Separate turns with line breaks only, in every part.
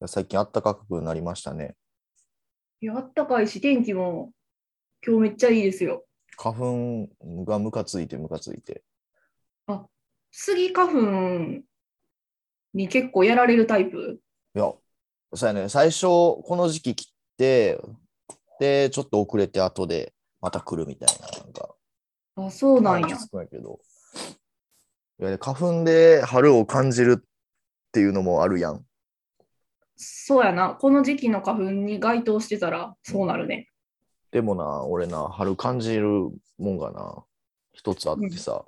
や最近あったかくなりましたね。
いや、あったかいし、天気も今日めっちゃいいですよ。
花粉がムカついてムカついて。
スギ花粉に結構やられるタイプ
いや、そうやね、最初この時期切って、で、ちょっと遅れて後でまた来るみたいな、なんか、
あ、そうなんや
落ち。着くんやけど。いやで花粉で春を感じるっていうのもあるやん。
そうやな。この時期の花粉に該当してたらそうなるね。
でもな、俺な、春感じるもんがな、一つあってさ、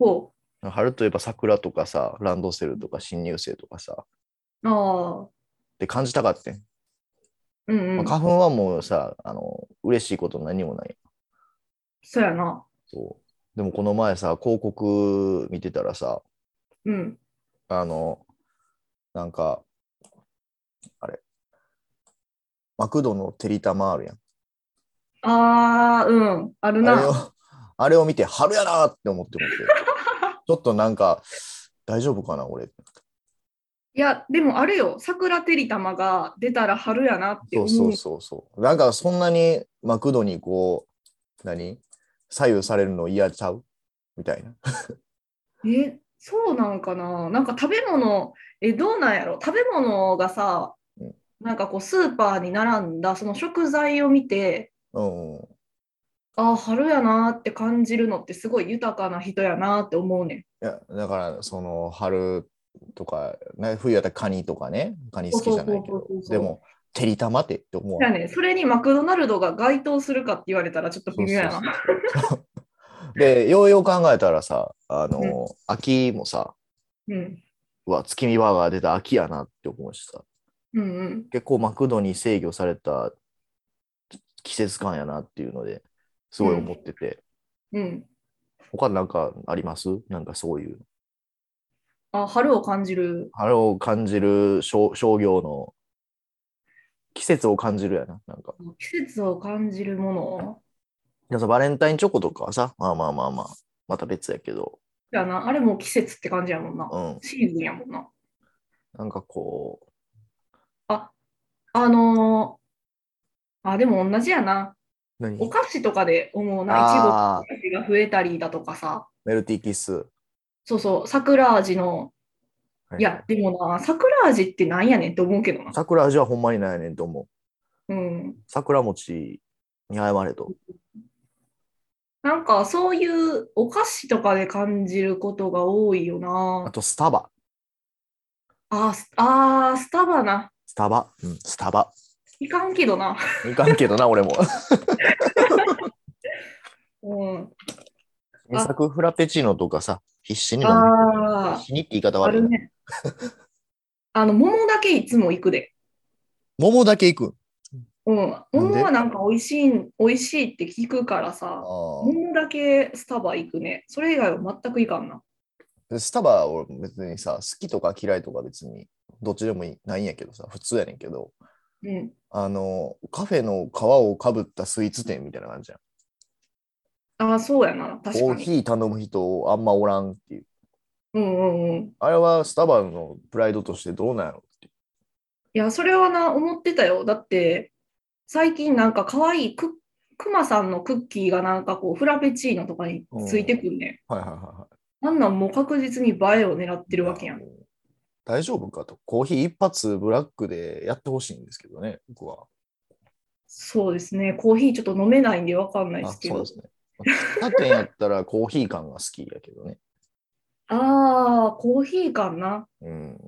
ほ
春といえば桜とかさ、ランドセルとか新入生とかさ、
う。ああ、
で感じたかってん。
うんう
まあ
ん。
花粉はもうさ、あの嬉しいこと何もない。
そうやな。
そうでもこの前さ、広告見てたらさ、
うん。
あの、なんか、あれ、マクドのてりたまあるやん。
ああ、うん。あ
あ
る
れを
な。、
あれを見て、春やなって思って思って。ちょっとなんか、大丈夫かな、俺。
いや、でもあれよ。桜てりたまが出たら春やなって
そ
思
う
う。
そうそうそう。なんか、そんなにマクドにこう、何左右されるの嫌ちゃうみたいな。
え、そうなんかな。なんか食べ物、え、どうなんやろ。食べ物がさ
うん、
なんかこうスーパーに並んだその食材を見て、
うんうん。
ああ、春やなって感じるのってすごい豊かな人やなって思うねん。
いや、だから、その、春とか、ね、冬やったらカニとかね、カニ好きじゃないけ
そう
ど
そうそうそう、そう
でも、てりたまってって思う
じゃ。あね、それにマクドナルドが該当するかって言われたらちょっと微妙やな。
そうそうそうで、ようよう考えたらさ、あの、
うん
秋もさ、
うん。
うわ、月見バーガー出た秋やなって思うしさ、
うんうん。
結構マクドに制御された季節感やなっていうので、すごい思ってて、
うん。
他なんかありますなんかそういう、
あ、春を感じる。
あれを感じる商商業の季節を感じるやな、なんか。
季節を感じるもの。
でもさバレンタインチョコとかはさ、まあまあまあまあ、また別やけど、
やな。あれも季節って感じやもんな。
うん、
シーズンやもんな。
なんかこう、
あ、あのーあ、でも同じやな。
何
お菓子とかで思うな。いちごの
あー
味が増えたりだとかさ。
メルティーキッス。
そうそう、桜味の。
はい
や、でもな、桜味ってなんやねんって思うけどな。
桜味はほんまにないねんと思う。
うん。
桜餅に謝れと。
なんか、そういうお菓子とかで感じることが多いよ
あ
な。
とスタバ。
あ、スあー、スタバな。
スタバ。うん、スタバ。
いかんけどな。
いかんけど な、俺も。
うん。
自作フラペチーノとかさ、必死に飲む。
あ
必死にって言い方
あ、あ
悪い
る
な。
ね。あの、桃だけいつも行くで。
桃だけいく。
うん、桃はなんか美味しい、美味しいって聞くから
あ
さ、
ー
桃だけスタバ行くね。それ以外は全くいかんな。
でスタバを別にさ、好きとか嫌いとか別にどっちでもいいないんやけどさ、普通やねんけど、
うん。
あの、カフェの皮をかぶったスイーツ店みたいな感じじゃん。
ああ、そうやな。確
コ
か
ーヒ
に。
ー頼む人あんまおらんっていう。
うんうんうん。
あれはスタバのプライドとしてどうなんやろっていう。
いや、それはな、思ってたよ。だって、最近なんか可愛いククマさんのクッキーがなんかこう、フラペチーノとかについてくんね。
はいはいはいはい。
なんなんもう確実に映えを狙ってるわけやん
い。もう大丈夫かと。コーヒー一発ブラックでやってほしいんですけどね、僕は。
そうですね。コーヒーちょっと飲めないんでわかんないで
あ
すけ
そう
ど
で。すね。他店やったらコーヒー感が好きやけどね。
ああ、コーヒーかな。
うん。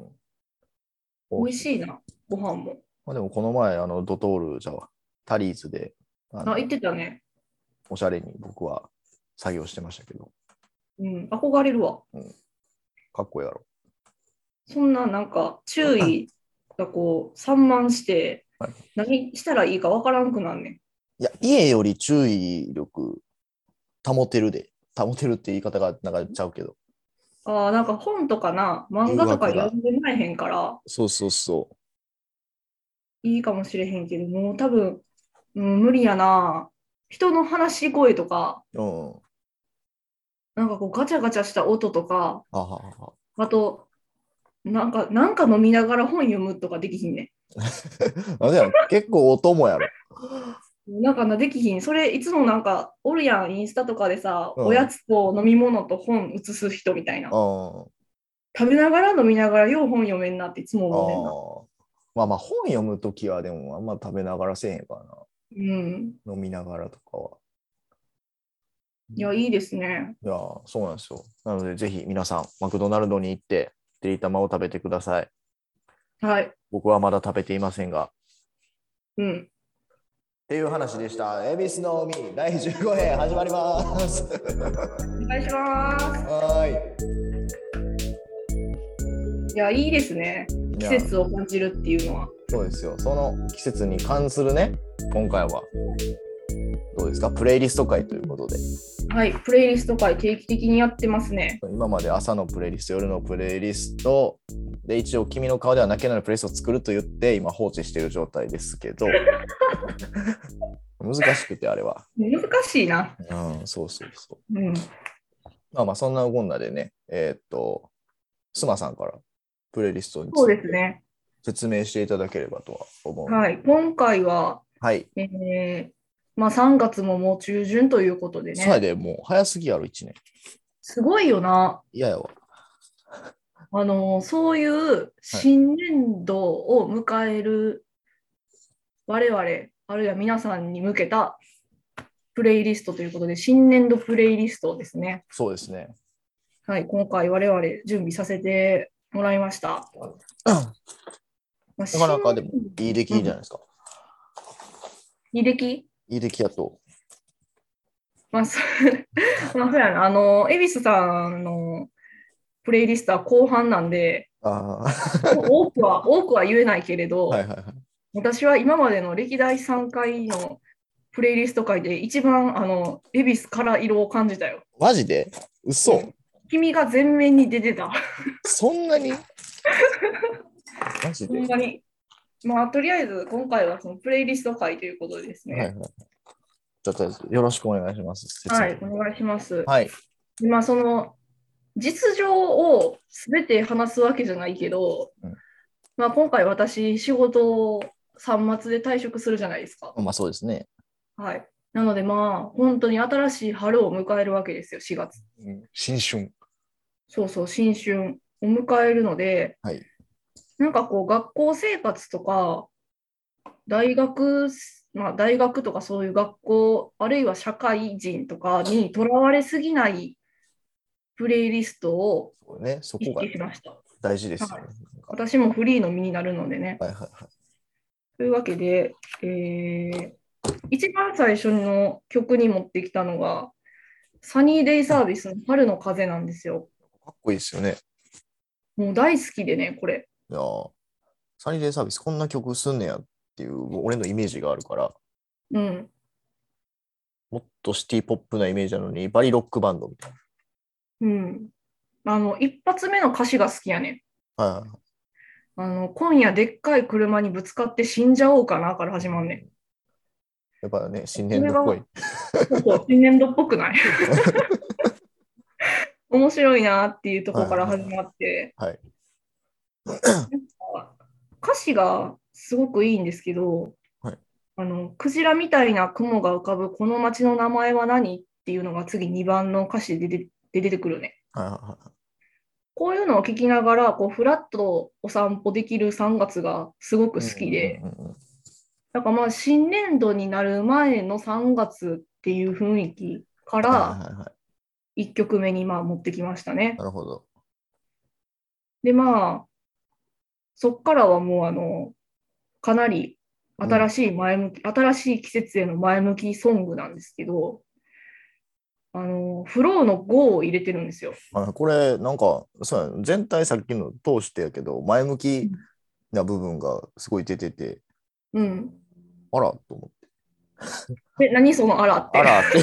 美味
い。
しいな。ご飯も。
まあ、でもこの前、あのドトールじゃあタリーズであの
あ、言ってたね。
おしゃれに僕は作業してましたけど、
うん、憧れるわ。
かっこいいやろ。
そんななんか注意がこう散漫して
はい
何したらいいかわからんくなんねん。
いや、家より注意力保てるで。保てるって言い方がなんかちゃうけど。
あーなんか本とかな漫画とか
誘惑が
読んでないへんから
そうそうそう。
いいかもしれへんけどもう多分、うん、無理やな人の話し声とか
うん。
なんかこうガチャガチャした音とか
あははは
あとなんか、なんか飲みながら本読むとかできひんね
あれやろ結構お供やろ。
ん。なんかな、できひん。それ、いつもなんか、おるやん、インスタとかでさ、
うん
おやつと飲み物と本写す人みたいな。
うん
食べながら飲みながら、よう本読めんなっていつも思うねんな。
ああまあまあ本読むときはでもあんま食べながらせえへんから
うん。
な。飲みながらとかは。
いや、いいですね。
いやー、そうなんですよ。なのでぜひ皆さん、マクドナルドに行って、てりたまを食べてください。
はい。
僕はまだ食べていませんが。っ
うん。
ていう話でした。恵比寿の海第15編始まります。
お願いします。
はー
いや、いいですね。
い。い
季
や
節を感じるっていうのは。
そうですよ。その季節に関するね、今回は。どうですかプレイリスト会ということで。
はい。プレイリスト会定期的にやってますね。
今まで朝のプレイリスト、夜のプレイリスト、で一応君の顔では泣けないプレイリストを作ると言って今放置している状態ですけど、難しくてあれは。
難しいな。
うん、そうそうそ
うん。
う。まあまあそんなこんなでね、えーっと、スマさんからプレイリストに
そう
つい
です
て
ね。
説明していただければとは思う。はい。
はい。今回は、えーまあ、3月ももう中旬ということで
それ
ね。
でもう早すぎやろ、1年。
すごいよな。
嫌やわ。
あの、そういう新年度を迎える我々、あるいは皆さんに向けたプレイリストということで、新年度プレイリストをですね。
そうですね。
はい。今回我々準備させてもらいました。
な
な
かなかでもいい出来じゃないですか。
履歴
いい出来やと。
まあ、そうまあ、そうやな。あの、恵比寿さんのプレイリストは後半なんで、
あ
多くは、多くは言えないけれ
あ、
ど、
はいはいはい。
私は今までの歴代3回のプレイリスト会で一番、あの、恵比寿から色を感じたよ。
マジで嘘、
君が前面に出てた。
そんなにマジ
ほ
で、
んまに。まあ、とりあえず、今回はそのプレイリスト会ということでです
はいは
ね。
い。ちょっとよろしくお願いします。説明
はい、お願いします。
はい。
まあその実情を全て話すわけじゃないけど、
うん
まあ、今回私仕事を3末で退職するじゃないですか。
まあそうですね。
はい、なのでまあ本当に新しい春を迎えるわけですよ4月。
新春。
そうそう新春を迎えるので、
はい
なんかこう学校生活とか大学,、まあ、大学とかそういう学校あるいは社会人とかにとらわれすぎないプレイリストを
そうね。そ
意
こが
識しました。
大事ですよね。
私もフリーの身になるのでね。
はいはいはい。
というわけで、えー一番最初の曲に持ってきたのが、サニーデイサービスの春の風なんですよ。
かっこいいですよね。
もう大好きでね、これ。
いやーサニーデイサービスこんな曲すんねやっていう俺のイメージがあるから、
うん。
もっとシティポップなイメージなのに、バリロックバンドみたい
うん。あの、一発目の歌詞が好きやね。
な。はいはいはい。
あの、今夜でっかい車にぶつかって死んじゃおうかなから始まんね。
やっぱね、新年度っぽい。
ちょっと新年度っぽく ない面白いなっていうところから始まって、
はい
歌詞がすごくいいんですけど、
はい
あのクジラみたいな雲が浮かぶこの街の名前は何っていうのが次2番の歌詞で出てで出てくるね。
はいはいはい。
こういうのを聞きながらこうフラッとお散歩できる3月がすごく好きで、
うんうんうんうん。
なんかまあ新年度になる前の3月っていう雰囲気か
はい
ら
はいはい。
1曲目にまあ持ってきましたね。
なるほど。
でまあそっからはもうあのかなり新しい前向き、新しい季節への前向きソングなんですけどあのフローの GO を入れてるんですよ。
あこれなんかそうやね全体さっきの通してやけど前向きな部分がすごい出てて
うん、
あらと思って
で何そのあらって
あら って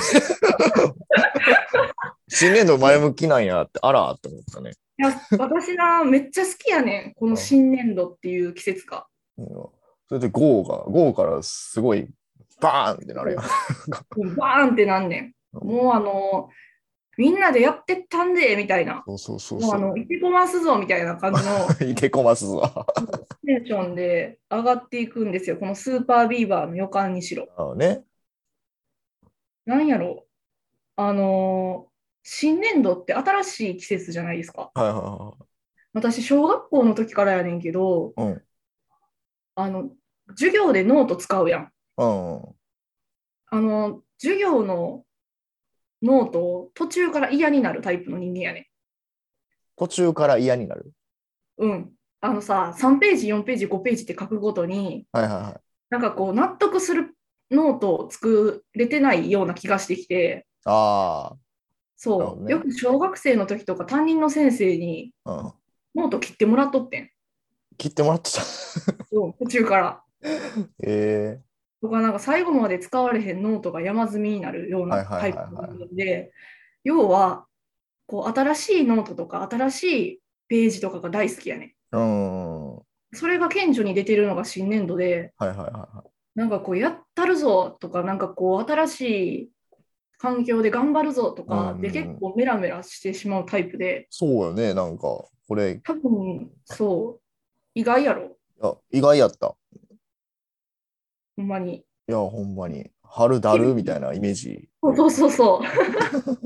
新年度前向きなんやってあらって思ったね、
いや私なめっちゃ好きやねんこの新年度っていう季節が。
うん、それで GO が GO からすごいバーンってなるやん
バーンってなんねん。もうあのみんなでやってったんで、みたいな。
そうそうそう
もう
そ
あ
う。
の、いてこますぞ、みたいな感じの
いてこますぞ。
ステーションで上がっていくんですよ。このスーパービーバーの予感にしろ。
あのね。
なんやろう。あのー新年度って新しい季節じゃないですか。
はいはいは
私、小学校の時からやねんけど、
うん
あの、授業でノート使うやん。
い。うん。
あの、授業のノートを途中から嫌になるタイプの人間やねん。
途中から嫌になる。
うん。あのさ、3ページ、4ページ、5ページって書くごとに、
はいはいはい。
なんかこう、納得するノートを作れてないような気がしてきて、
あなる
そ
ほ
う、
どね
よく小学生の時とか担任の先生に
あ。うん。
ノート切ってもらっとってん。
切ってもらってた。
そう途中から。
え
とか、なんか最後まで使われへんノートが山積みになるよう
は
ない
は
タ
い
イ
はいはい
プなので、要は、こう、新しいノートとか、新しいページとかが大好きやね
えうん。は
ん。それが顕著に出てるのが新年度で、
いはいはいは
なんかこうやったるぞとか、なんかこう新しい環境で頑張るぞと
う
か
んうんう
で
ん
結構メラメラしてしまうタイプで
い、。そうよね。なんか、これ、
多分そう、意外やろ、
あ意外やった。
ほんまに。
いや、ほんまに。春だるみたいなイメージ。
そうそうそうそう。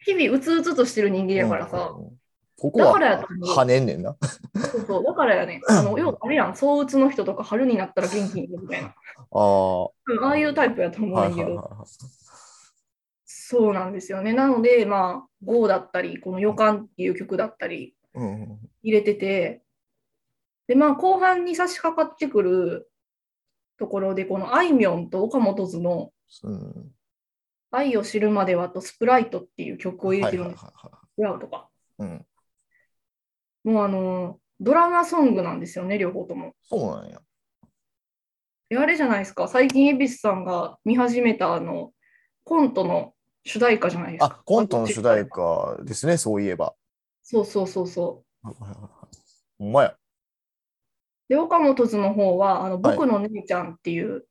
日々うつうつとしてる人間やから
うん
さ、
うんうんここは
だからやと思う
跳ねんねんな。
そうそうだからやね、あの要はあれやん、躁うつの人とか春になったら元気になるみたいな、
ああ。は
うんああいうタイプやと思
いうはい
んやけ
はい
ど、
は
そうなんですよね。なので、まあ、GO だったり、この予感っていう曲だったり、
い。うんうん
入れてて、で、まあ、後半に差し掛かってくるところで、このあいみょんと岡本図の
うん。
愛を知るまではとスプライトっていう曲を入れてるんです、出会うとか。
はいはいはいはいうん。
もうあの、ドラマソングなんですよね、両方とも。
そうなんや。
であれじゃないですか、最近、恵比寿さんが見始めたあの、コントの主題歌じゃないです
あ
か。、
コントの主題。歌ですね、そういえば。
そうそうそうそう。
ほんまや。
で、岡本図の方は、あの
はい
僕の姉ちゃんっていう、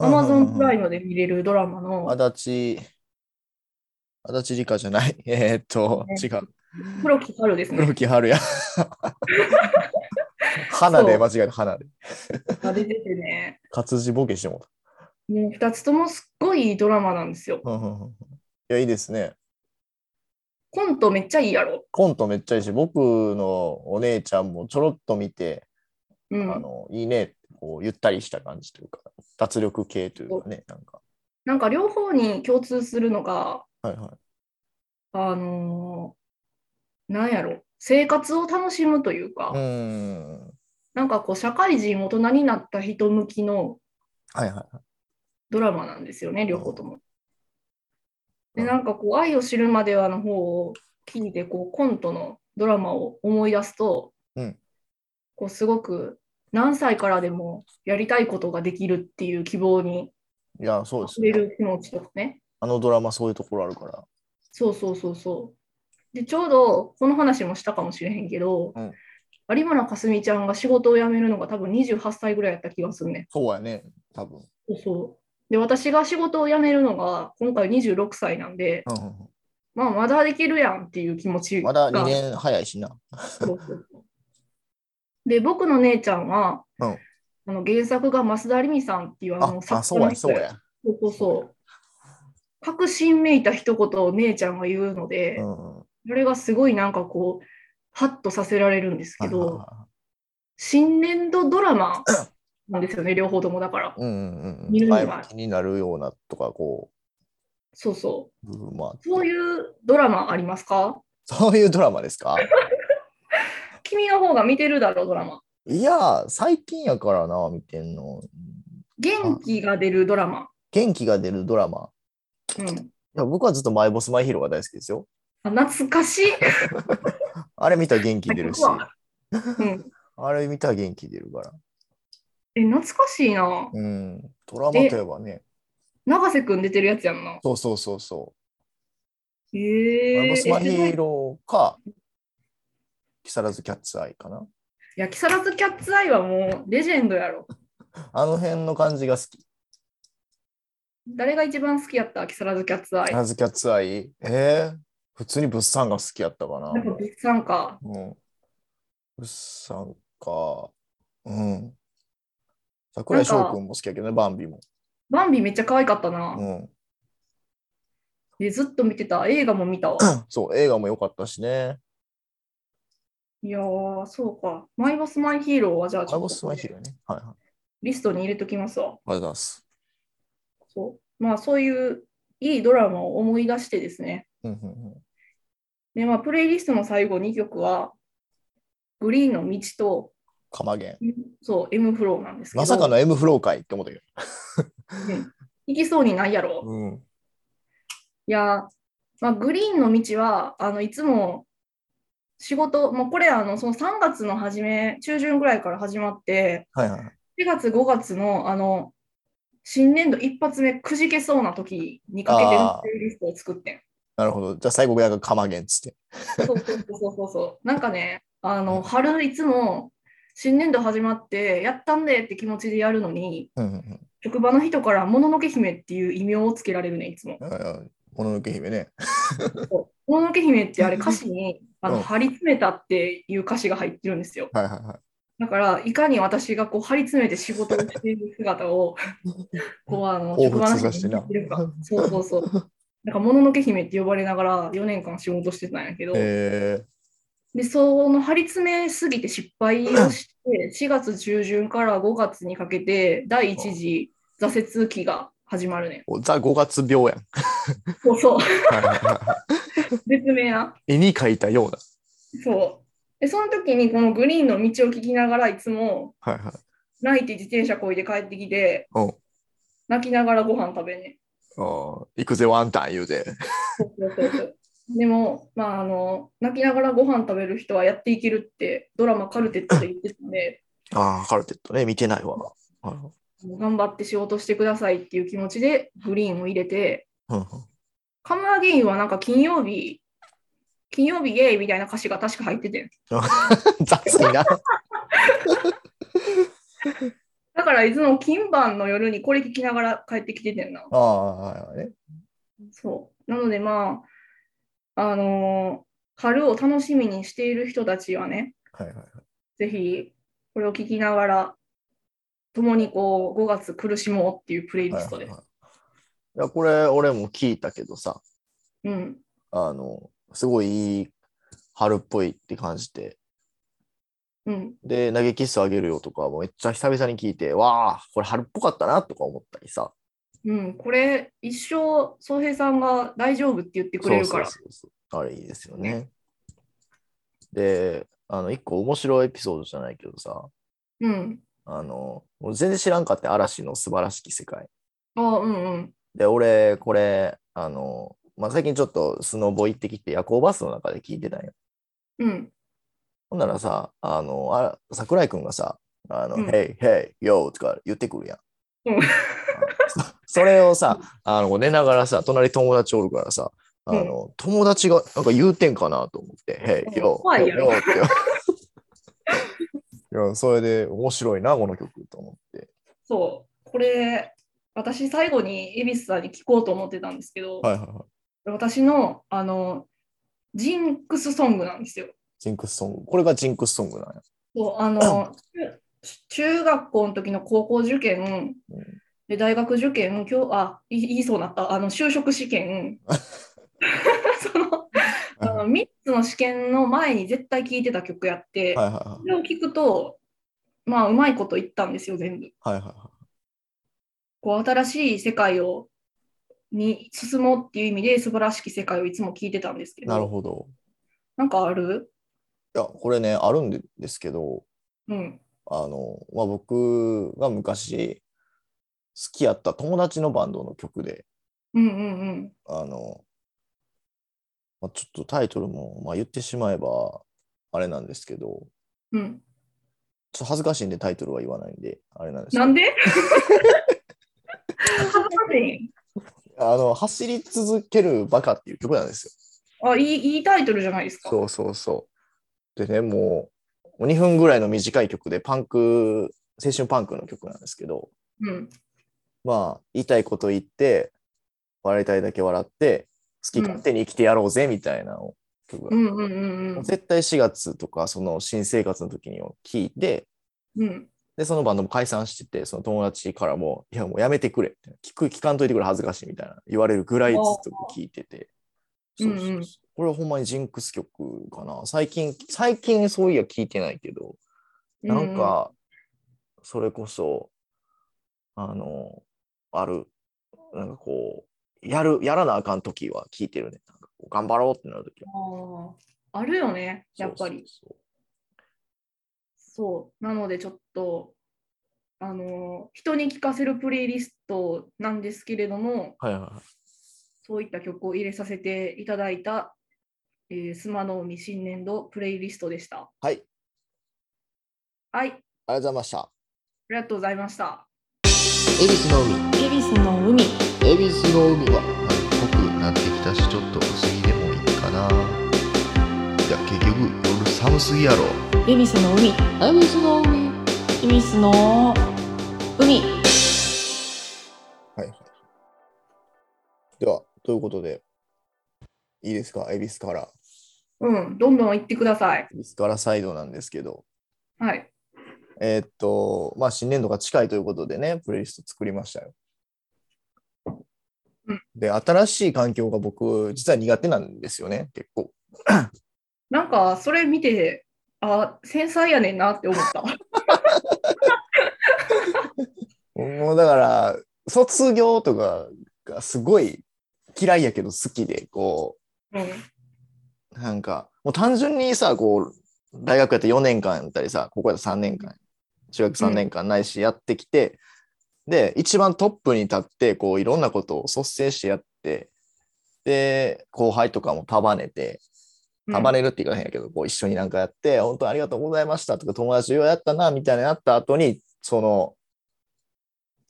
アマゾンプライ
ム。
ムで見れるドラマの、
足立、足立理科じゃない。 えーっと、
ね
違う。
黒木春ですね
黒。木 春也。花で間違えた、花で。
が出ててね、
活字ボケしてもう
もう2つともすっごいいいドラマなんですよ。
たうんうんうん。いや、いいですね。
コントめっちゃいいやろ。
コントめっちゃいいし、僕のお姉ちゃんもちょろっと見て、
う
あ
ん、
の、いいねってこう、ゆったりした感じというか、脱力系というかね、なんか。
なんか両方に共通するのが、
はいはい。
あのーなんやろ、生活を楽しむというか、
うーん。
なんかこう、社会人、大人になった人向きの
はいはい。
ドラマなんですよね、両方とも。
う
で、
ん
なんかこう、愛を知るまではの方を聞いて、こう、コントのドラマを思い出すと、
うん
こう、すごく、何歳からでもやりたいことができるっていう希望に
いや、そうです
触れ
ね。
る気持ちとかね。
あのドラマ、そういうところあるから。
そうそうそうそう。で、ちょうどこの話もしたかもしれへんけど、
うん
有村架純ちゃんが仕事を辞めるのが多分28歳ぐらいやった気がするね。
そうやね、多分。
そうそう。で、私が仕事を辞めるのが今回26歳なんで、
うんうんうん
まあ、まだできるやんっていう気持ちが。
まだ2年早いしな。
そうそうそうで、僕の姉ちゃんは、
うん
あの原作が増田有美さんっていうあ
あ
の、
あ
作
そ
家
う
の
や、
人
そうや。
そうそうそう。確信めいた一言を姉ちゃんが言うので、
うんうん
それがすごいなんかこう、ハッとさせられるんですけ
はいはい
ど、
は
新年度ドラマなんです よね、両方ともだから。
いうんうん
見
う
る
ん。
には
前向きになるようなとか、こ、
そうそう
部分もあっ
う。そういうドラマありますか
そういうドラマです か
君の方が見てるだろう、ドラマ。
いや、最近やからな、見てんの。
元気が出るドラマ。
元気が出るドラマ。
うん。
いや僕はずっとマイボスマイヒーローが大好きですよ。
あ懐かしい。
あれ見たら元気出るし、
うん、
あれ見たら元気出るから。
え、懐かしいな。
うん。ドラマといえばね。
永瀬くん出てるやつやんな。
そうそうそうそう。
え
マ
ー、
イボ
え
ス
す
マ
ご
ヒ
い
ーローか、木更津キャッツアイかな。
いや、木更津キャッツアイはもうレジェンドやろ。
あの辺の感じが好き。木
誰が一番好きやった木更津キャッツアイ。
更津キャッツアイ。えー、普通に物産が好きやったかな。
やっぱ物産か。
うん。物産か。うん。桜井翔くんも好きやけどね、バンビも。
バンビめっちゃ可愛かったな。
うん。
で、ずっと見てた。映画も見たわ。
そう、映画も良かったしね。
いやー、そうか。マイボスマイヒーローはじゃあち
カ
ょ
ボ
っ
スマイヒ
と
ルね。はいはい。あり
リストに入れときます
が
わ。
とうございます。
そう。まあそういういいドラマを思い出してですね。
うんうんうん。
で、まあプレイリストの最後2曲は、グリーンの道と、
かまげん。
そう、M フローなんですけど。
まさかの M フロー会って思ったけ
うん行きそうにないやろ。
ど。うん。
いやー、まあ、グリーンの道はあのいつも仕事、もうこれあのその3月の初め、中旬ぐらいから始まって、
はいはい。
4月、5月のあの新年度一発目、くじけそうな時にかけて
あー
のプレイリストを作ってん。
なるほど。じゃあ最後、がかまげんっつって。
そうそうそうそうそう。 なんかね、あの春いつも新年度始まって、やったんでって気持ちでやるのに、
うんうんうん
職場の人からもののけ姫っていう異名をつけられるね、いつも。
はいはい。もののけ姫ね。
そうもののけ姫ってあれ歌詞にあ
うん
の張り詰めたっていう歌詞が入ってるんですよ。
はいはいはい。
だから、いかに私がこう張り詰めて仕事をしている姿 を、こうあの
彷
職場
彿
の
と
人
して
に
な
見せるか。そうそうそう。だから、もののけ姫って呼ばれながら4年間仕事してたんやけど、
え
で、その張り詰めすぎて失敗をして、4月中旬から5月にかけて、第一次挫折期が始まるね。
ー、ザ・5月病やん。
そうそう、
はいはいは
別名な。
い絵に描いたような。
そう。で、その時にこのグリーンの道を聞きながらいつも
はいはい。
泣いて自転車こいで帰ってきて、
うん。
泣きながらご飯食べんねん。
あー行くぜ、ワンタン言うて。
そうそうそうそうでも、まあ、あの、泣きながらご飯食べる人はやっていけるってドラマカルテットで言ってたんで、
ああ、カルテットね、見て ないわ。はいはい
頑張って仕事してくださいっていう気持ちでグリーンを入れて、
うんうん
カムアゲインはなんか金曜日、金曜日イエーイみたいな歌詞が確か入っててん。
雑にな。
だからいつも金晩の夜にこれ聞きながら帰ってきててんな。
ああ、はいはいね。
そう。なのでまあ、あのー春を楽しみにしている人たちはね、
はいはいはい。
ぜひこれを聞きながら、共にこう、5月苦しもうっていうプレイリストで。
はいはいはいいやこれ俺も聞いたけどさ
うん。
あのすごいいい春っぽいって感じで
うん。
で投げキッスあげるよとかもめっちゃ久々に聞いてわあこれ春っぽかったなとか思ったりさ
うん。これ、一生、宗平さんが大丈夫って言ってくれるから。
そうそうそうあれいいですよねであの一個面白いエピソードじゃないけどさ
うん。
あのもう全然知らんかって嵐の素晴らしき世界
ああ、うんうん。
で俺これあの、まあ、最近ちょっとスノボ行ってきて夜行バスの中で聞いてたんよ
うん。
ほんならさ、あの、あ桜井くんがさ、あの、
うん
Hey, hey, yo とか言ってくるやん。
うん
あそ それをさ、あの寝ながらさ、隣友達おるからさ、あの、友達がなんか言うてんかなと思って、Hey,
うん
yo,
怖
yo,
いやろ
yo って。いや、それで面白いな、この曲と思って。
そう。これ、私、最後に恵比寿さんに聞こうと思ってたんですけど、
はいはいはい。
私の、あの、ジンクスソングなんですよ。
ジンクスソング。これがジンクスソングなんや。
そうあの中中学校の時の高校受験
うん
で大学受験今日あい言いそうになったあの就職試験 そのあの3つの試験の前に絶対聴いてた曲やって、
はいは
それを聞くとまあうまいこと言ったんですよ全部
いはい。はいはいは
こう新しい世界をに進もうっていう意味で素晴らしき世界をいつも聞いてたんですけ
い。
ど
なるほど。
なんかある
いや、これね、あるんですけど、
うん
あの、まあ、僕が昔好きやった友達のバンドの曲で、
うんうんうん
あの、まあ、ちょっとタイトルも、まあ、言ってしまえばあれなんですけど、
うん
ちょっと恥ずかしいんでタイトルは言わないんで、あれなんですけど
なんで 恥ずかしい
あの、走り続けるバカっていう曲なんですよ。
あいいいいタイトルじゃないですか。
そうそうそう。でね、もうもう2分ぐらいの短い曲で、パンク、青春パンクの曲なんですけど、
うん、
まあ、言いたいこと言って、笑いたいだけ笑って、き勝手に生きてやろうぜみたいなのを曲
う
が
んうんうんうん。
絶対4月とかその新生活の時に聞いて
うん。
でそのバンドも解散しててその友達からも「いやもうやめてくれ」みたいな聞く聞かんといてくれ恥ずかしい」みたいな言われるぐらいずっと聞いてて。
あ
そ
ー
うそうそう
うんうん
これはほんまにジンクス曲かな最近最近そういや聞いてないけど、なんか、それこそ、あの、ある、なんかこう、やる、やらなあかんときは聞いてるね。なんかこう頑張ろうってなるときは。
うん。ああ、あるよね、やっぱり。
そうそう
そう。なので、ちょっと、あの、人に聞かせるプレイリストなんですけれども、
そうはいはいはい。
そういった曲を入れさせていただいた、えー、スマノミ新年度プレイリストでした。
はい、あり
はい、あ
がとうございました。
りがとうございました。
恵比寿の海。
恵比寿の海
恵比寿の海は、濃くなってきたし、ちょっと薄着でもいいかな。いや、結局、夜寒すぎやろ。
恵比寿の海
恵比寿の海。
恵比寿の海
はいはい。では、ということで、いいですか、恵比寿から。
うん、どんどん行ってください。
恵比寿からサイドなんですけど、
はい。
えーっと、まあ、新年度が近いということでね、プレイリスト作りましたよ
うん。
で、新しい環境が僕、実は苦手なんですよね、結構。
なんか、それ見て、あ、繊細やねんなって思 った。
もうだから、卒業とかがすごい嫌いやけど好きで、こう、
うん。
なんか、もう単純にさ、こう、大学やったら4年間やったりさ、高校やったら3年間、中学3年間ないし、やってきて、で、一番トップに立って、こう、いろんなことを率先してやって、で、後輩とかも束ねて、
うん
束ねるって言わへんやけど、こう、一緒になんかやって、本当ありがとうございましたとか、友達ようやったな、みたいなやった後に、その、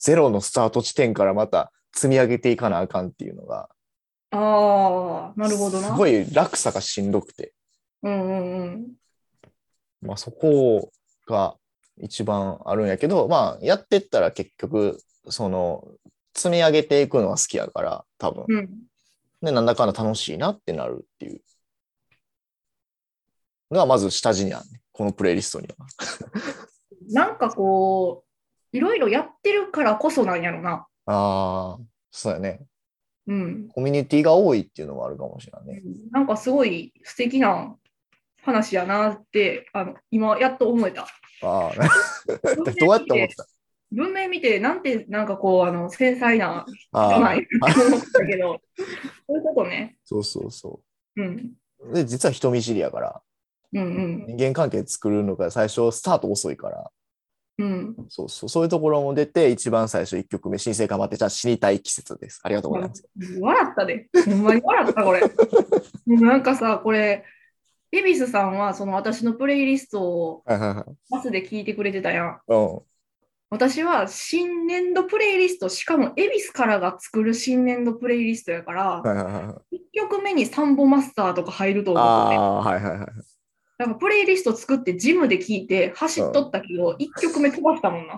ゼロのスタート地点からまた積み上げていかなあかんっていうのが、
ああ、なるほどな。
すごい落差がしんどくて。
うんうんうん。
まあ、そこが一番あるんやけど、まあ、やってったら結局その積み上げていくのは好きやから多分
うん。
でなんだかんだ楽しいなってなるっていうのがまず下地にあるねこのプレイリストには。
なんかこう、いろいろやってるからこそなんやろな。
ああそうやね
うん。
コミュニティが多いっていうのもあるかもしれないね。
なんかすごい素敵な話やなって、あの今やっと思えた。
ああ どうやって思ってた
文明見て、なんてなんかこう、あの繊細な人
あ
な
あ
んやって思った けど、そういうことね。
そうそうそ
うん。
う。で実は人見知りやから
うん
人間関係作るのが最初スタート遅いから
うん。うん。
そうそう、そういうところも出て、一番最初1曲目、新生頑張って、じゃあ死にたい季節です。ありがとうございます。
笑ったで。ほんまに笑った、これ。もうなんかさ、これ、恵比寿さんはその私のプレイリストを
はいはいはい。
バスで聞いてくれてたやん。
うん。
私は新年度プレイリスト、しかも恵比寿からが作る新年度プレイリストやから、
はいは いはいはい。
1曲目にサンボマスターとか入ると思うね。
ああー、はいはいはい。
だからプレイリスト作ってジムで聴いて走っとったけど、1曲目飛ばしたもんな。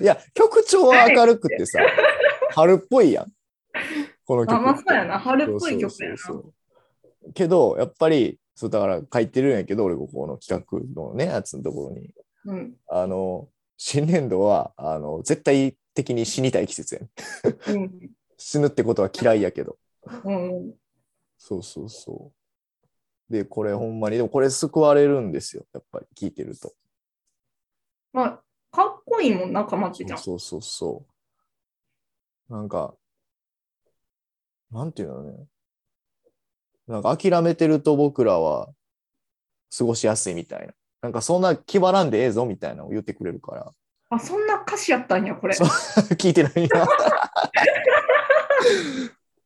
いや、曲調は明るくて さ、春っぽいやん。この曲
あ、
って。
まあそうやな。春っぽい曲やな。
そうそうそうそうけど、やっぱり、そうだから書いてるんやけど、俺、ここの企画のね、やつのところに。
うん。
あの、新年度は、あの、絶対的に死にたい季節やん。
うん。
死ぬってことは嫌いやけど。
うん。
そうそうそう。で、これほんまに、でもこれ救われるんですよ。やっぱり聞いてると。
まあ、かっこいいもんな、かまってちゃん。
そうそうそう。なんか、なんていうのね。なんか諦めてると僕らは過ごしやすいみたいな。なんかそんな気張らんでええぞみたいなのを言ってくれるから。
あ、そんな歌詞やったんや、これ。
そう 聞いてないな。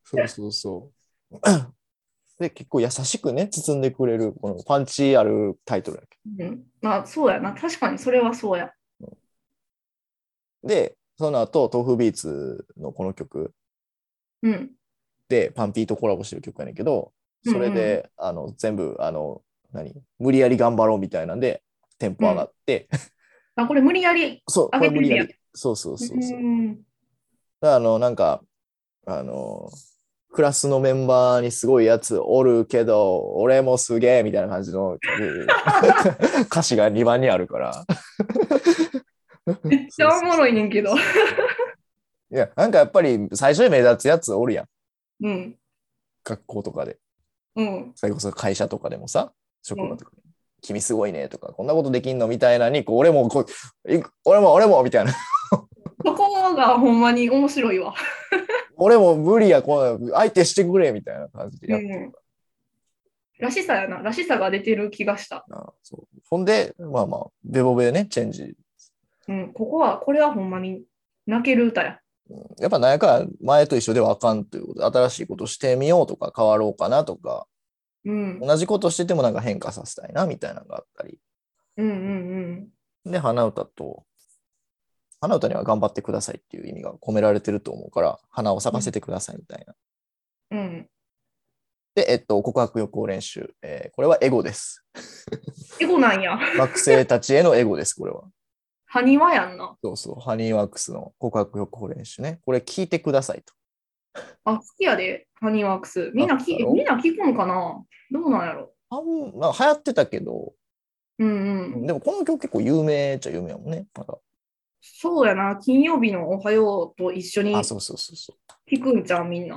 そうそうそう。で、結構優しくね、包んでくれる、このパンチあるタイトルだけど
うん。まあ、そうやな。確かに、それはそうや。
で、その後、豆腐ビーツのこの曲
うん。
で、パンピーとコラボしてる曲やねんけど、それで、あの、全部、あの、何無理やり頑張ろうみたいなんで、テンポ上がって、
あ、これ無理やり。
そう、これ無理や
上げて
り。そうそうそうそう。
ん。
あの、なんか、あの、クラスのメンバーにすごいやつおるけど、俺もすげえみたいな感じの 歌詞が2番にあるから。
めっちゃおもろいねんけど。
いや、なんかやっぱり最初に目立つやつおるやん。
うん。
学校とかで。
うん。
それこそ会社とかでもさ、職場とかで、君すごいねとか、こんなことできんのみたいなに、こう俺もこう、い俺も俺もみたいな。
そこがほんまに面白いわ。
俺も無理や、こう相手してくれみたいな感じでや
う
ってる
ん。らしさやな。らしさが出てる気がした。
な、そうほんで、まあまあ、ベボベでね、チェンジ。
うん。ここは、これはほんまに泣ける歌や。
やっぱ何やかん前と一緒ではあかんということで新しいことしてみようとか、変わろうかなとか、
うん。
同じことしててもなんか変化させたいなみたいなのがあったり。
うんうん
で、花歌と、花歌には頑張ってくださいっていう意味が込められてると思うから、花を咲かせてくださいみたいな。
うん。うん。
で、えっと、告白予行練習、えーこれはエゴです。
エゴなんや。
学生たちへのエゴです、これは。
ハニワやんな。
そうそう、ハニーワークスの告白予行練習ね。これ聞いてくださいと。
あ、好きやで、ハニーワークス。みんな
あ
聞
そう
みんな聞くんかなどうなんやろ
あんまあ、流行ってたけど、
うんうん。
でもこの曲結構有名っちゃ有名やもんね。まだ
そうやな、金曜日のおはようと一緒に
あ、そうそうそうそ
聞くんじゃん、みんな。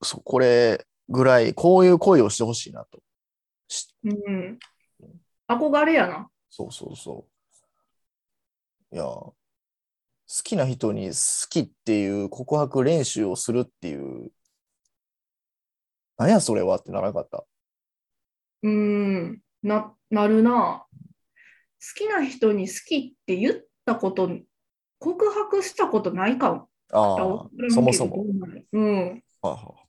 う。そう、これぐらい、こういう恋をしてほしいなと。し
うん。憧れやな。
そうそうそう。いや、好きな人に好きっていう告白練習をするっていう、何やそれはってならなかった。
うん。な、なるな。好きな人に好きって言ったこと、告白したことないかも。
ああ、そもそも。。
うん。
はいはい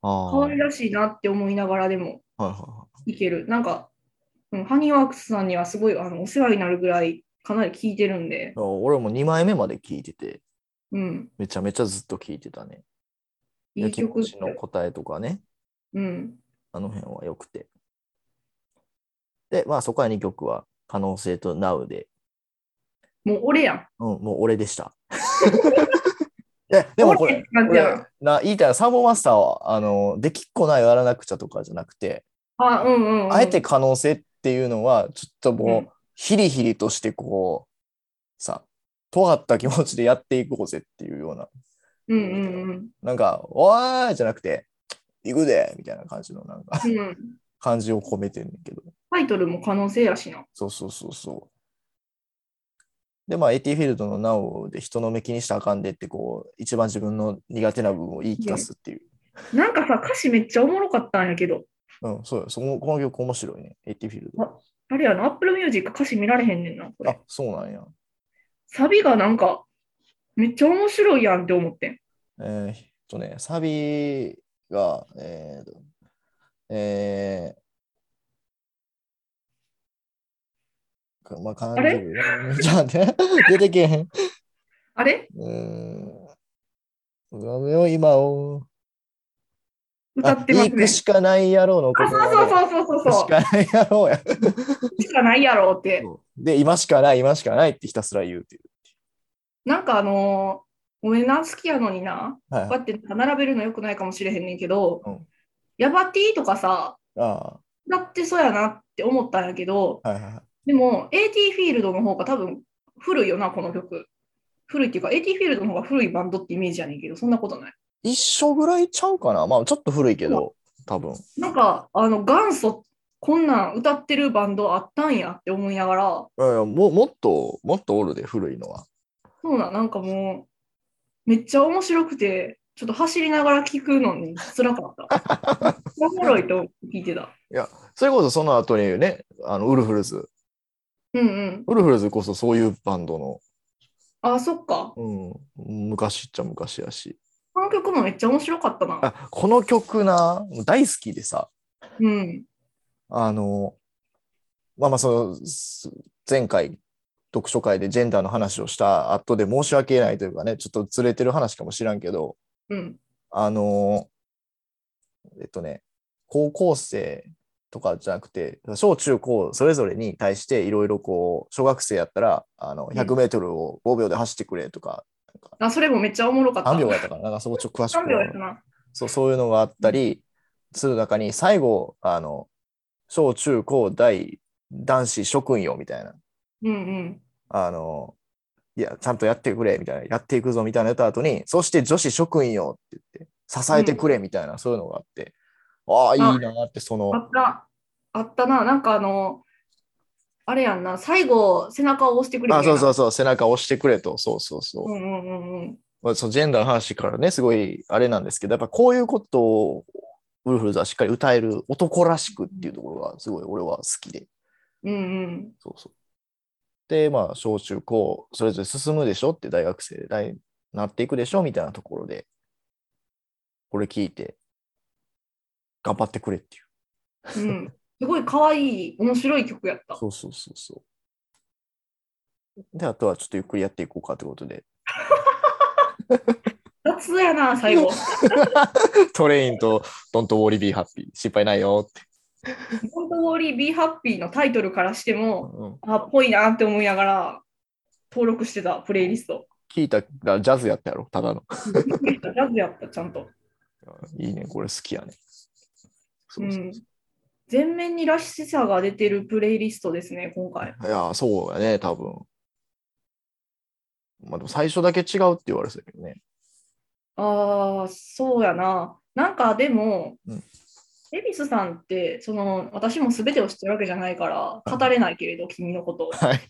ああ、
可愛らしいなって思いながらでも
はいはいはい
ける。なんか、うん、ハニーワークスさんにはすごいあのお世話になるぐらいかなり聞いてるんで
い。俺も2枚目まで聞いてて、
うん。
めちゃめちゃずっと聞いてたね。
いい
気持
曲っ
ちの
て。
答えとかね、
うん。
あの辺は良くて。で、まあそこから2曲は、可能性と Now で、
もう俺やん。
うん、もう俺でした。 いやでもこれ、
俺
これな言いたいのはサーボマスターはあのできっこないやらなくちゃとかじゃなくて、
あ、うんうん、うん。
あえて可能性っていうのはちょっともう、
うん
ヒリヒリとしてこうさ尖った気持ちでやっていこうぜっていうような
うんうんうん。
なんか「おーい!」じゃなくて「行くで!」みたいな感じのなんか
うん、
感じを込めてんねんけど
タイトルも可能性やしな。
そうそうそうそう。で、まあ、エティフィールドのなおで人の目気にしたらあかんでって、こう、一番自分の苦手な部分を言い聞かすっていう。
なんかさ、歌詞めっちゃおもろかったんやけど、
うん、そうよ。そのこの曲面白いね。エティフィールド。
あれやな、Apple Music 歌詞見られへんねんな、こ
あ
れ。、
そうなんや。
サビがなんか、めっちゃ面白いやんって思ってん。
えー、えっとね、サビが、えーと、えーかまあ、感じ
あれ
る。ちょっと待って、出てけえへん。
あれ
うーん。画面を今を。
歌ってます
あ行く
ね。
しかない野郎の
あ、そうそう
う
そうそうそうそ
しかない野郎や。
う。しかないやろって。
で、今しかない、今しかないってひたすら言うっていう。
なんかあのー、ごめんな、好きやのにな。
はい
こうやって並べるのよくないかもしれへんねんけど、
うん
ヤバティとかさ、
あ
だってそうやなって思ったんやけど、
あ、はいはいはい。
でも、AT フィールドの方が多分古いよな、この曲。古いっていうか、AT フィールドの方が古いバンドってイメージやねんけど、そんなことない。
一緒ぐらいちゃうかな。まあ、ちょっと古いけど、多分。
なんか、あの、元祖、こんなん歌ってるバンドあったんやって思いながら、
いやいやももっと、もっとおるで、古いのは。
そうなん、なんかもう、めっちゃ面白くて、ちょっと走りながら聞くのに辛かった。おもろいと聞いてた。
それこそその後にね、あのウルフルズ。
うんうん。
ウルフルズこそそういうバンドの、
あ、そっか。
うん、昔っちゃ昔やし。
この曲もめっちゃ面白かったな。
あ、この曲な、大好きでさ。
うん。
あの、まあまあ、その、す前回、読書会でジェンダーの話をした後で申し訳ないというかね、ちょっとずれてる話かもしらんけど、
うん。
あの、えっとね、高校生とかじゃなくて、小中高それぞれに対していろいろこう、小学生やったら、あの、100メートルを5秒で走ってくれとか、なんか
あ、それもめっちゃおもろかった。
3秒やったからなんかそこちょっと詳しく
3秒やったな。
そうそういうのがあったりする中に最後あの小中高大男子諸君よみたいな
うんうん。
あのいやちゃんとやってくれみたいなやっていくぞみたいなやった後にそして女子諸君よって言って支えてくれみたいな、そういうのがあってああいいなってその
あった。あったな。なんかあの、あれやんな。最後、背中を押してくれ
あそうそううそう背中押してくれとそうそうそう、
うんうんうんうん。
まあ、そのジェンダーの話からねすごいあれなんですけどやっぱこういうことをウルフルズはしっかり歌える男らしくっていうところがすごい俺は好きで
うんうん。
そうそう。で、まあ、小中高、それぞれ進むでしょって大学生来なっていくでしょみたいなところで、これ聞いて、頑張ってくれっていう。
うん、すごい可愛い、面白い曲やった。
そうそうそうそう。で、あとはちょっとゆっくりやっていこうかということで、
雑やな、最後。
トレインと Don't worry be happy、心配ないよって。
本当ウォーリー・ビー・ハッピーのタイトルからしても、
うん
あ、っぽいなって思いながら、登録してたプレイリスト。
聞いたらジャズやったやろ、ただの。
ジャズやった、ちゃんと。
いいね、これ好きやね。そうそうそう
全面にらしさが出てるプレイリストですね、今回。
いやー、そうやね、多分。まあでも最初だけ違うって言われてたけどね。
ああ、そうやな。なんかでも、
うん
デビスさんって、その、私も全てを知ってるわけじゃないから、語れないけれど、君のことを。
はい。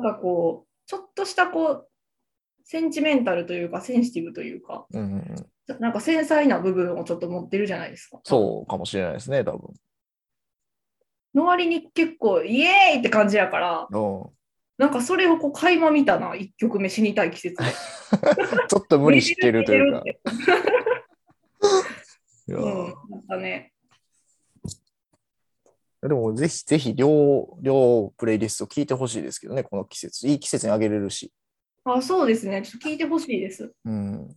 なんかこう、ちょっとしたこう、センチメンタルというか、センシティブというか、
うんうんうん、
なんか繊細な部分をちょっと持ってるじゃないですか。
そうかもしれないですね、多分。
の割に結構、イエーイって感じやから、
うん
なんかそれをこう、垣間見たな、1曲目、死にたい季節。
ちょっと無理してるという か。いや
う
ー
ん、なんかね、
でも、ぜひぜひ両、両プレイリスト聞いてほしいですけどね、この季節。いい季節にあげれるし。
あ、そうですね、ちょっと聞いてほしいです。
うん。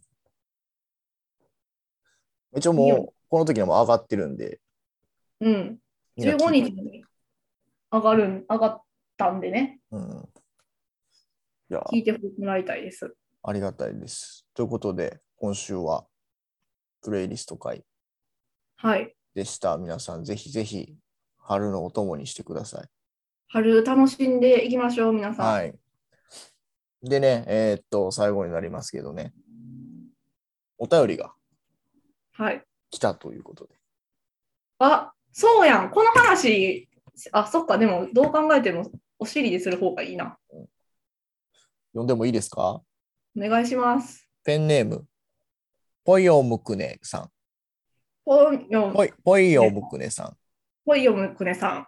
一応
いい
も
よ
う、この時にはもう上がってるんで。
うん、
みんな聞いて
15日に上がるん、上がったんでね、
うん。いやー、
聞いてもらいたいです。
ありがたいです。ということで、今週は、プレイリスト会
はい。
でした。皆さん、ぜひぜひ、春のお供にしてください。
春楽しんでいきましょう、皆さん。
はい。でね、えーっと、最後になりますけどね、お便りが
はい
来たということで。
あ、そうやん。この話、あ、そっか、でも、どう考えても、お尻でする方がいいな。
読んでもいいですか
お願いします。
ペンネーム、ぽよむくねさん。
ぽいよ、
ぽいぽよむくねさん。
ぽいよ、むくねさん。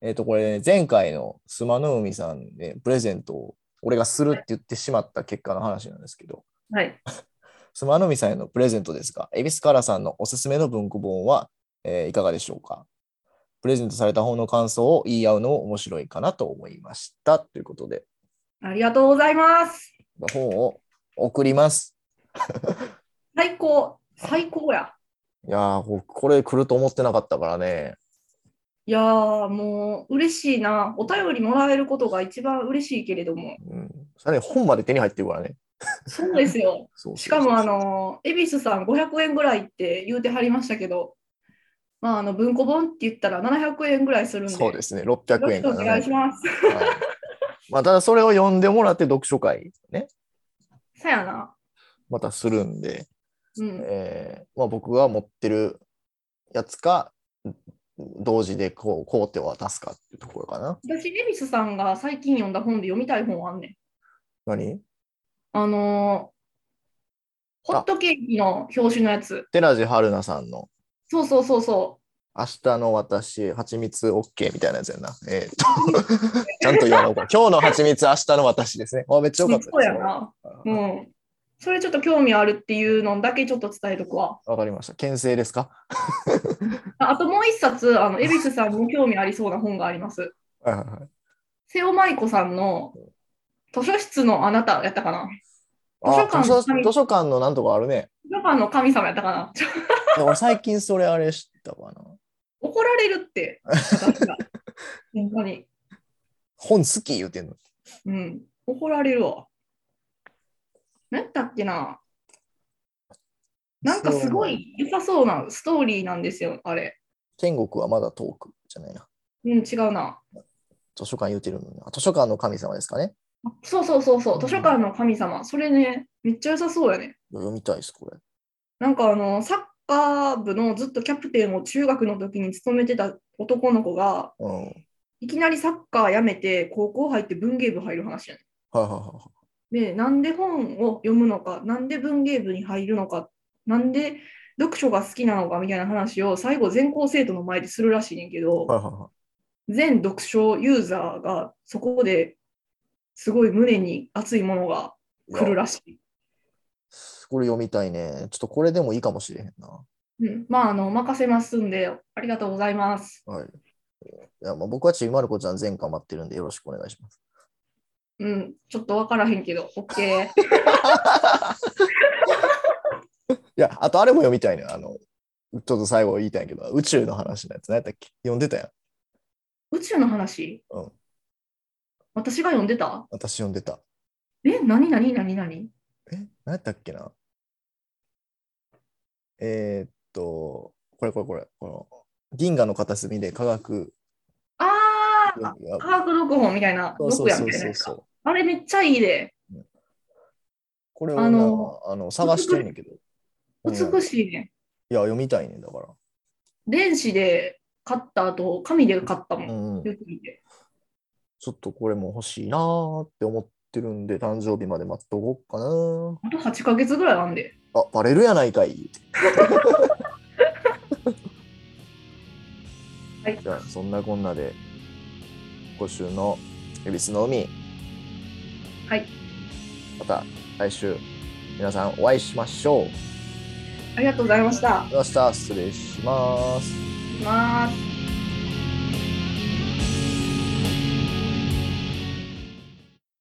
えーっと、これ、ね、前回のすまの海さんで、プレゼントを俺がするって言ってしまった結果の話なんですけど、
はい。
すまの海さんへのプレゼントですが、恵比寿からさんのおすすめの文庫本は、えーいかがでしょうかプレゼントされた方の感想を言い合うのも面白いかなと思いました。ということで、
ありがとうございます。
の本を送ります。
最高。最高や。
いやー、僕これ来ると思ってなかったからね。
いやー、もう、嬉しいな。お便りもらえることが一番嬉しいけれども。
うん。さらに本まで手に入ってるからね。
そうですよ。
そうそうそう
しかも、あ、の、恵比寿さん500円ぐらいって言うてはりましたけど、まあ、あの、文庫本って言ったら700円ぐらいするんで、
そうですね、
よ
600
ろし
円
く
か
お
な。
願いします。
はいまあ、ただそれを読んでもらって読書会ね、
さやな。
またするんで。
うん。
えーまあ、僕が持ってるやつか同時でこうこう手を渡すかっていうところかな。
私、レビスさんが最近読んだ本で読みたい本あんねん。
何
あのーホットケーキの表紙のやつ。
寺地春奈さんの
そうそうそうそ
「明日の私蜂蜜 OK」みたいなやつやんな。えーっ とちゃんと言わなうか。今日の蜂蜜明日の私ですね。あめっちゃ
う。
よかった
そう
です
や。な。
あ
うん。それちょっと興味あるっていうのだけちょっと伝えとくわ。
わかりました。牽制ですか
ああともう一冊、 あの、恵比寿さんも興味ありそうな本があります。
はいはいはい。
瀬尾舞子さんの図書室のあなたやったかな
あ図書
図書館
図書館のなんとかあるね。
図書館の神様やったかなちょ
でも俺最近それあれ知ったかな。
怒られるって、私が。本当に。
本好き言うてんの。
うん。怒られるわ。何やったっけななんかすごい良さそうなストーリーなんですよ、あれ。
天国はまだ遠くじゃないな。
うん、違うな。
図書館言うてるのにな。図書館の神様ですかね。
あそうそうそうそう、図書館の神様。それね、めっちゃ良さそうやね。
読みたいです、これ。
なんかあの、サッカー部のずっとキャプテンを中学の時に勤めてた男の子が、
うん。はい
いきなりサッカーやめて、高校入って文芸部入る話やね。
はいは
で、なんで本を読むのか、なんで文芸部に入るのか、なんで読書が好きなのかみたいな話を最後、全校生徒の前でするらしいねんけど、
いはい。はいはいは
全読書ユーザーがそこですごい胸に熱いものが
い。
来る
いや
らしい。
これ読みたいね。ちょっとこれでもいいかもしれへんな。
うん、まあ、あの、任せますんで、ありがとうございます。
はい。いやまあ僕はちびまる子ちゃん前回待ってるんでよろしくお願いします。
うん、ちょっとわからへんけど、OK。
いや、あとあれも読みたいね。あの、ちょっと最後言いたいけど、宇宙の話のやつ何やったっけ読んでたやん。
宇宙の話、
うん
私が読んでた
私読んでた。
え、何何何何
え何やったっけなえーっと、これこれこれ、この銀河の片隅で科学
ああ、科学読本みたいな、
そうそ
読
う
や
そ
み
う
た
そ
いな
う
やつか。
そう。
あれめっちゃいいで、
これをな
あ
あ
の
の探してんねんけど。
美
うんい
しいね。
や、読みたいねんだから。
電子で買った後、紙で買ったも。
うんんうん、
よく見て。
ちょっとこれも欲しいなーって思ってるんで、誕生日まで待っとこうかな
あと8ヶ月ぐらいあんで。
あ、バレるやないかい。
はい
じゃあ、そんなこんなで、今週の恵比寿の海、
はい。
また来週、皆さんお会いしましょう。
ありがとうございました。
では明日、失礼します。
いきます。